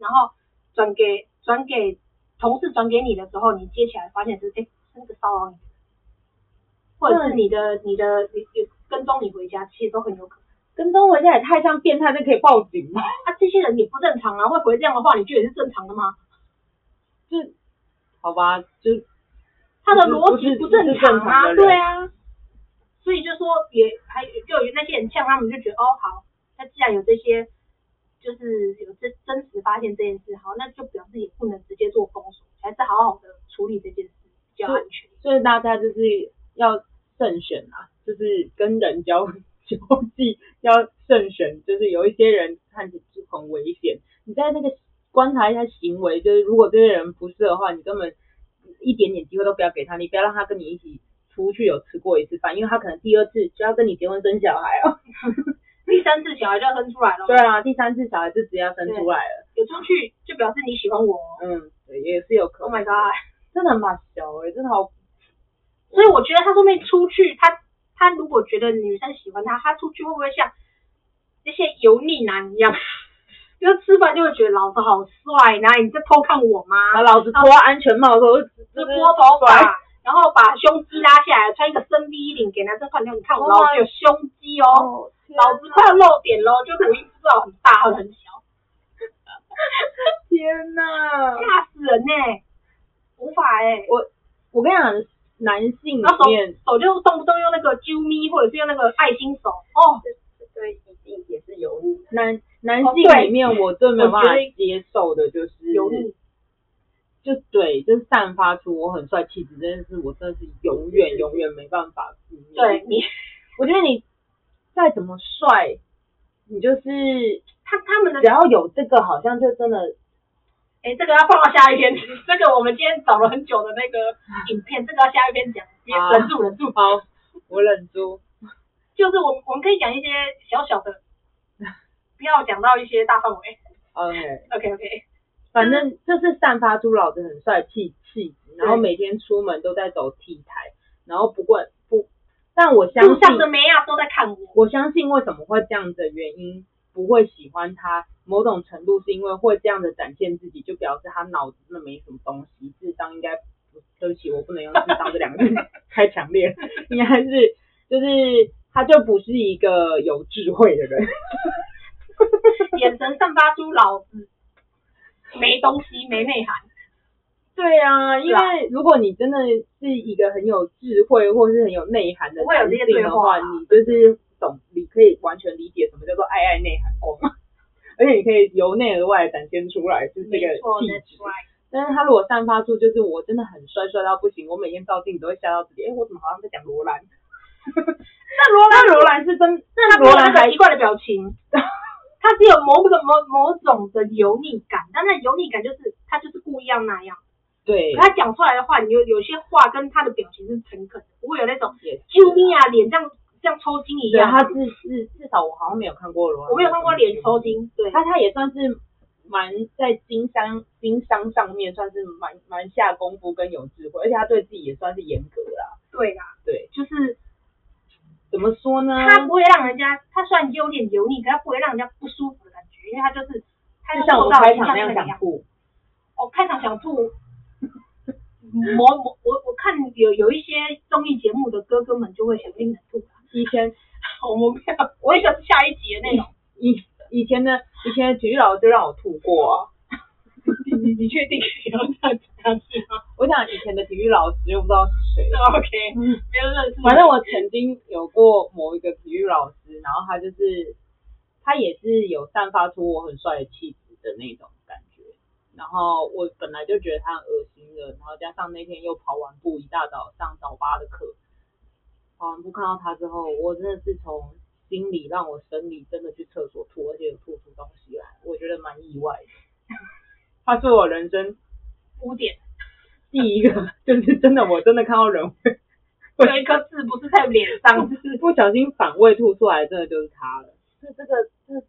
Speaker 1: 然后转给转给同事转给你的时候，你接起来发现是哎、诶是那个骚扰你的人，或者是你的你的你你跟踪你回家，其实都很有可能。
Speaker 2: 跟踪回家也太像变态，这可以报警吗？
Speaker 1: 啊，这些人也不正常啊，会回这样的话，你觉得也是正常的吗？
Speaker 2: 就好吧，就
Speaker 1: 他的
Speaker 2: 不是
Speaker 1: 逻辑
Speaker 2: 不是
Speaker 1: 正常啊，
Speaker 2: 不是正常的人
Speaker 1: 对啊，所以就说也还就有那些人呛他们就觉得哦好，那既然有这些就是有真真实发现这件事，好，那就表示也不能直接做封锁，还是好好的处理这件事比较安全。
Speaker 2: 所以大家就是要慎选啊，就是跟人交 交际要慎选，就是有一些人看起来就很危险，你在那个观察一下行为，就是如果这些人不是的话，你根本一点点机会都不要给他，你不要让他跟你一起出去有吃过一次饭，因为他可能第二次就要跟你结婚生小孩哦。
Speaker 1: 第三次小孩就要生出来了，
Speaker 2: 对啊，第三次小孩就直接要生出来了。
Speaker 1: 有出去就表示你喜欢我哦。
Speaker 2: 嗯，对，也是有可
Speaker 1: Oh
Speaker 2: 能。
Speaker 1: my god！
Speaker 2: 真的很把小哎、真的好。
Speaker 1: 所以我觉得他说不定出去，他他如果觉得女生喜欢他，他出去会不会像那些油腻男一样，就是吃饭就会觉得老子好帅，然后你在偷看我吗？
Speaker 2: 把啊老子脱安全帽的时候，
Speaker 1: 就
Speaker 2: 就
Speaker 1: 拨头发，然后把胸肌拉下来，穿一个深 V 领给男生看，你看我老子有胸肌哦，
Speaker 2: 哦，
Speaker 1: 老子快要露点喽，就故意不知道很大或者很小，
Speaker 2: 天呐！
Speaker 1: 吓死人呢、无法哎、
Speaker 2: 我跟你讲，男性
Speaker 1: 然
Speaker 2: 里
Speaker 1: 后手
Speaker 2: 面，
Speaker 1: 手就动不动用那个啾咪，或者是用那个爱心手哦，
Speaker 3: 这对一定也是油腻的，
Speaker 2: 男男
Speaker 1: 哦
Speaker 2: 性
Speaker 1: 对
Speaker 2: 里面，我最没有办
Speaker 1: 我
Speaker 2: 法
Speaker 1: 觉得
Speaker 2: 接受的就是，
Speaker 1: 油腻。
Speaker 2: 嗯就对，就是散发出我很帅气质，真的是我真的是永远永远没办法自灭。
Speaker 1: 对，你
Speaker 2: 我觉得你再怎么帅，你就是
Speaker 1: 他他们的
Speaker 2: 只要有这个，好像就真的
Speaker 1: 哎、这个要放到下一篇。这个我们今天找了很久的那个影片，这个要下一篇讲。
Speaker 2: 啊
Speaker 1: 忍住，忍住。
Speaker 2: 好，我忍住。
Speaker 1: 就是我我们可以讲一些小小的，不要讲到一些大范围。
Speaker 2: OK，
Speaker 1: OK OK，
Speaker 2: 反正就是散发出老子很帅气气质，然后
Speaker 1: 对
Speaker 2: 每天出门都在走 T 台，然后不管不，但我相
Speaker 1: 路上
Speaker 2: 信
Speaker 1: 的梅亚都在看我。
Speaker 2: 我相信为什么会这样的原因，不会喜欢他，某种程度是因为会这样的展现自己，就表示他脑子真的没什么东西，智商应该不，对不起，我不能用智商这两个字太强烈了，应该是就是他就不是一个有智慧的人，
Speaker 1: 眼神散发出老子没东西、没内涵。
Speaker 2: 对啊，因为如果你真的是一个很有智慧或是很有内涵的
Speaker 1: 不会有
Speaker 2: 男
Speaker 1: 这些
Speaker 2: 性
Speaker 1: 对
Speaker 2: 的
Speaker 1: 话
Speaker 2: 话，
Speaker 1: 啊
Speaker 2: 你就是懂，你可以完全理解什么叫做爱爱内涵光， 而且你可以由内而外地展现出来，就是这个
Speaker 1: 没错
Speaker 2: 气
Speaker 1: ，That's
Speaker 2: 质。
Speaker 1: right，
Speaker 2: 但是他如果散发出就是我真的很帅帅到不行，我每天照镜子都会吓到自己，哎、我怎么好像在讲罗兰？ 那罗兰罗兰是真，那
Speaker 1: 他没
Speaker 2: 罗
Speaker 1: 有
Speaker 2: 兰
Speaker 1: 那
Speaker 2: 还
Speaker 1: 个奇怪的表情，他只有某种某某种的油腻感，但那油腻感就是他就是故意要那样。
Speaker 2: 对
Speaker 1: 可他讲出来的话，你有有些话跟他的表情是诚恳的，不会有那种
Speaker 2: 也是
Speaker 1: 救命啊，脸这样这样抽筋一
Speaker 2: 对
Speaker 1: 样。
Speaker 2: 他至至至少我好像没有看过罗兰，
Speaker 1: 我没有看过脸抽，筋，对，
Speaker 2: 他他也算是蛮在经商经商上面算是蛮蛮下功夫跟有智慧，而且他对自己也算是严格啦，
Speaker 1: 对啦，
Speaker 2: 对，
Speaker 1: 就是
Speaker 2: 怎么说呢？
Speaker 1: 他不会让人家，他虽然有点油腻，可他不会让人家不舒服的感觉，因为他就是他
Speaker 2: 就
Speaker 1: 要
Speaker 2: 像我
Speaker 1: 做
Speaker 2: 们
Speaker 1: 到
Speaker 2: 开
Speaker 1: 像
Speaker 2: 场那
Speaker 1: 那
Speaker 2: 样
Speaker 1: 个
Speaker 2: 讲
Speaker 1: 样。
Speaker 2: 吐，
Speaker 1: 哦，开场想吐。某某 我我看有有一些综艺节目的哥哥们就会想令人吐，
Speaker 2: 以前
Speaker 1: 我没有，我也想是下一集的那种。
Speaker 2: 以以前的以前的体育老师就让我吐过、啊。
Speaker 1: 你你确定你要这样子下去吗
Speaker 2: 我想以前的体育老师又不知道是谁，
Speaker 1: ？OK，
Speaker 2: 嗯
Speaker 1: 没有认识。
Speaker 2: 反正我曾经有过某一个体育老师，然后他就是他也是有散发出我很帅的气质的那种感觉，然后我本来就觉得他很恶心了，然后加上那天又跑完步，一大早上早八的课，跑完步看到他之后，我真的是从心里让我生理真的去厕所吐，而且有吐出东西来，我觉得蛮意外的。他是我人生
Speaker 1: 污 点，
Speaker 2: 第一个，就是真的我真的看到人
Speaker 1: 有一颗痣不是在脸上，就是
Speaker 2: 不小心反胃吐出来，真的就是他了。这这个这个是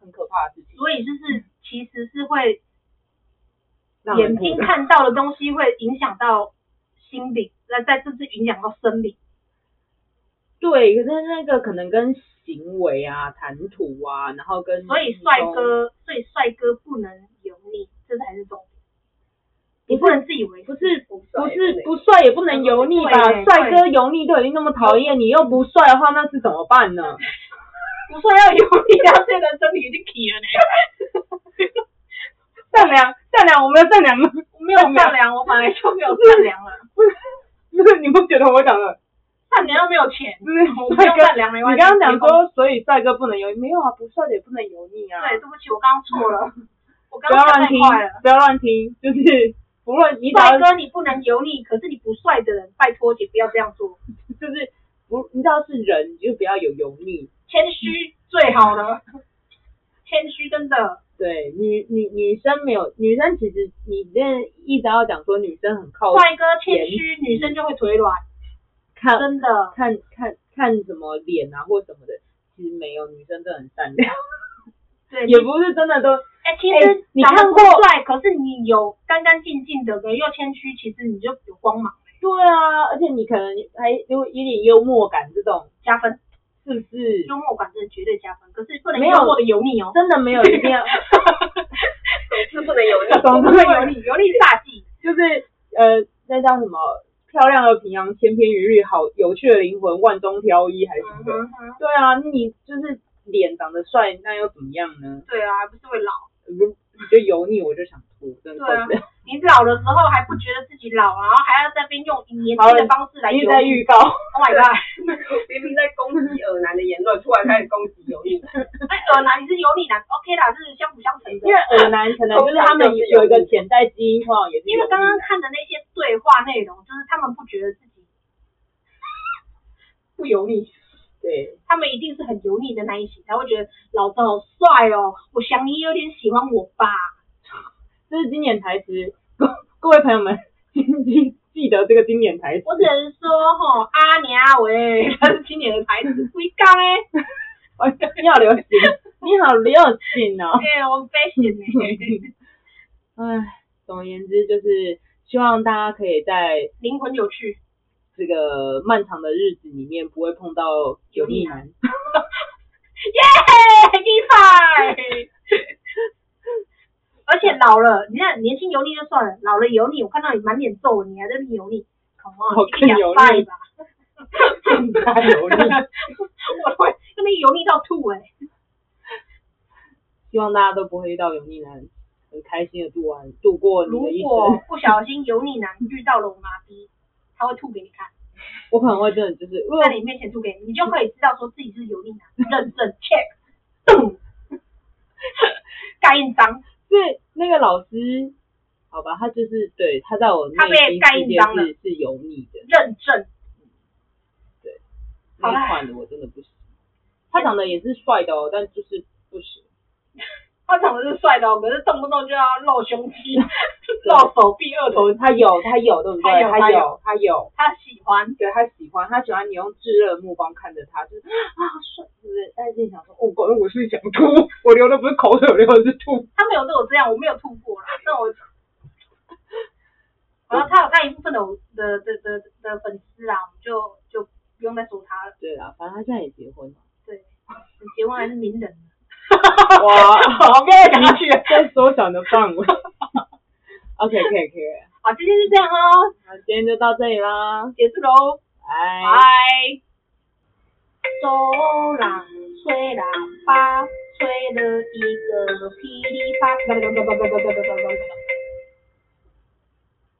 Speaker 2: 很可怕的事情，
Speaker 1: 所以就是其实是会
Speaker 2: 让人
Speaker 1: 眼
Speaker 2: 吐
Speaker 1: 睛
Speaker 2: 的
Speaker 1: 看到的东西会影响到心理，那再甚至影响到生理。
Speaker 2: 对，可是那个可能跟行为啊、谈吐啊，然后跟
Speaker 1: 所以帅哥，所以帅哥不能油腻，这才是重点。你不能自以为
Speaker 2: 不是
Speaker 3: 不
Speaker 2: 不是不帅也不能油腻吧？
Speaker 1: 对对
Speaker 2: 帅哥油腻都已经那么讨厌，你又不帅的话，那是怎么办呢？
Speaker 1: 不说要油腻啊，这人生理已经起了呢。
Speaker 2: 善良，善良，我们的善良呢？
Speaker 1: 没有善良，我本来就没有善良了。
Speaker 2: 就是你不觉得我讲的？
Speaker 1: 善良又没有钱，
Speaker 2: 就是
Speaker 1: 我不
Speaker 2: 帅
Speaker 1: 用
Speaker 2: 哥，
Speaker 1: 善良没关系。
Speaker 2: 你刚刚讲说，所以帅哥不能油腻，没有啊，不帅的也不能油腻啊。
Speaker 1: 对，对不起，我刚刚错了，我刚
Speaker 2: 不要
Speaker 1: 刚讲
Speaker 2: 乱
Speaker 1: 太
Speaker 2: 听
Speaker 1: 快了，。
Speaker 2: 不要乱听，就是 无论你只
Speaker 1: 帅
Speaker 2: 要
Speaker 1: 哥你不能油腻，可是你不帅的人，拜托请不要这样做，
Speaker 2: 就是不，你只要是人，你就不要有油腻。
Speaker 1: 谦虚最好了，谦虚真的。
Speaker 2: 对，女女女生没有，女生其实你这一直要讲说女生很靠
Speaker 1: 帅哥谦虚，女生就会腿软，
Speaker 2: 看
Speaker 1: 真的。
Speaker 2: 看看看什么脸啊或什么的，其实没有，女生真的很善良，
Speaker 1: 对，
Speaker 2: 也不是真的都
Speaker 1: 哎、其实
Speaker 2: 哎你
Speaker 1: 长得
Speaker 2: 看
Speaker 1: 不
Speaker 2: 过
Speaker 1: 帅，可是你有干干净净的，可又谦虚，其实你就有光芒，
Speaker 2: 对啊，而且你可能还有有点幽默感这种，
Speaker 1: 加分。
Speaker 2: 是不是？
Speaker 1: 幽默感真的绝对加分，可是不能
Speaker 2: 没有
Speaker 1: 幽默的油 腻哦。
Speaker 2: 真的没有一定 要，
Speaker 3: 是不能油腻。
Speaker 2: 总
Speaker 1: 不
Speaker 2: 之
Speaker 1: 能
Speaker 2: 有
Speaker 1: 油 腻，油腻煞忌。
Speaker 2: 就是呃，那叫什么？漂亮的平阳，千篇一律，好有趣的灵魂，万中挑一，还是什么的？
Speaker 1: 嗯哼，
Speaker 2: 对啊，你就是脸长得帅，那又怎么样呢？
Speaker 1: 对啊，还不是会老。
Speaker 2: 你就你就油腻，我就想吐，真的
Speaker 1: 对啊
Speaker 2: 受不了。
Speaker 1: 你老的时候还不觉得自己老，然后还要在那边用年轻的方式来
Speaker 2: 因为
Speaker 1: 油
Speaker 2: 在
Speaker 1: 腻。
Speaker 2: 预告，
Speaker 1: Oh my god！
Speaker 3: 明明在攻击耳男的言论，突然开始攻击油腻。
Speaker 1: 哎，耳男你是油腻男，OK 啦，是相辅相成的
Speaker 2: 因。为耳男可能就是他们有一个潜在基因，通常也是
Speaker 1: 因为刚刚看的那些对话内容，就是他们不觉得自己不油腻，
Speaker 2: 对，
Speaker 1: 他们一定是很油腻的那一型，才会觉得老子好帅哦，我想你有点喜欢我吧。
Speaker 2: 这是经典台词，各 各位朋友们记记记得这个经典台词。
Speaker 1: 我只能说吼，阿娘喂，他是经典的台词，鬼讲 诶，
Speaker 2: 哎 你好流行，你好流行哦。
Speaker 1: 哎、我很 fashion 呢，
Speaker 2: 唉，总而言之就是希望大家可以在
Speaker 1: 灵魂有趣，
Speaker 2: 这个漫长的日子里面不会碰到油腻 男。
Speaker 1: 耶，一百。而且老了，你看年轻油腻就算了，老了油腻，我看到你满脸皱纹，你还在那边油腻，come on，
Speaker 2: 我
Speaker 1: 一个
Speaker 2: 更油
Speaker 1: 两拜
Speaker 2: 腻
Speaker 1: 吧。
Speaker 2: 更加油腻。
Speaker 1: 我都会那边油腻到吐哎、
Speaker 2: 希望大家都不会遇到油腻男。很开心的度完度过你
Speaker 1: 如
Speaker 2: 的一
Speaker 1: 果
Speaker 2: 生。
Speaker 1: 不小心油腻男遇到了我麻痹，他会吐给你看，
Speaker 2: 我可能会真的就是，因
Speaker 1: 在
Speaker 2: 为
Speaker 1: 你面前吐给你，你就可以知道说自己是油腻男，认证 check，咚，盖印章，
Speaker 2: 是那个老师，好吧，他就是对他在我内
Speaker 1: 他被
Speaker 2: 心
Speaker 1: 盖
Speaker 2: 世
Speaker 1: 印
Speaker 2: 界
Speaker 1: 章
Speaker 2: 是是油腻的
Speaker 1: 认证，
Speaker 2: 那
Speaker 1: 好啦
Speaker 2: 一款的，我真的不行。他长得也是帅的哦，但就是不行。
Speaker 1: 他长得是帅的哦，可是动不动就要露胸 肌、露手臂、二头肌，
Speaker 2: 他有，他有，对不对？
Speaker 1: 他有
Speaker 2: 他
Speaker 1: 他有
Speaker 2: 有，他有，
Speaker 1: 他喜欢。
Speaker 2: 对他喜欢，他喜欢你用炙热的目光看着他，就是啊好帅，对不对？但是心里想说，哦，搞得我是想吐，我流的不是口水，我流的是吐。
Speaker 1: 他没有对我这样，我没有吐过啦。但我，然后他有他一部分的我的的的的粉丝啊，我们就就不用再说他了。
Speaker 2: 对啦，反正他现在也结婚了。
Speaker 1: 对，结婚还是名人，
Speaker 2: 哇，
Speaker 1: 好，不要再讲下去了。
Speaker 2: 在缩小的范围。OK，可以，可以。
Speaker 1: 好，今天就这样哦喽，
Speaker 2: 那今天就到这里啦，
Speaker 1: 结束喽，
Speaker 2: 拜。
Speaker 1: 拜。走廊吹喇叭，吹了一个噼里啪啦。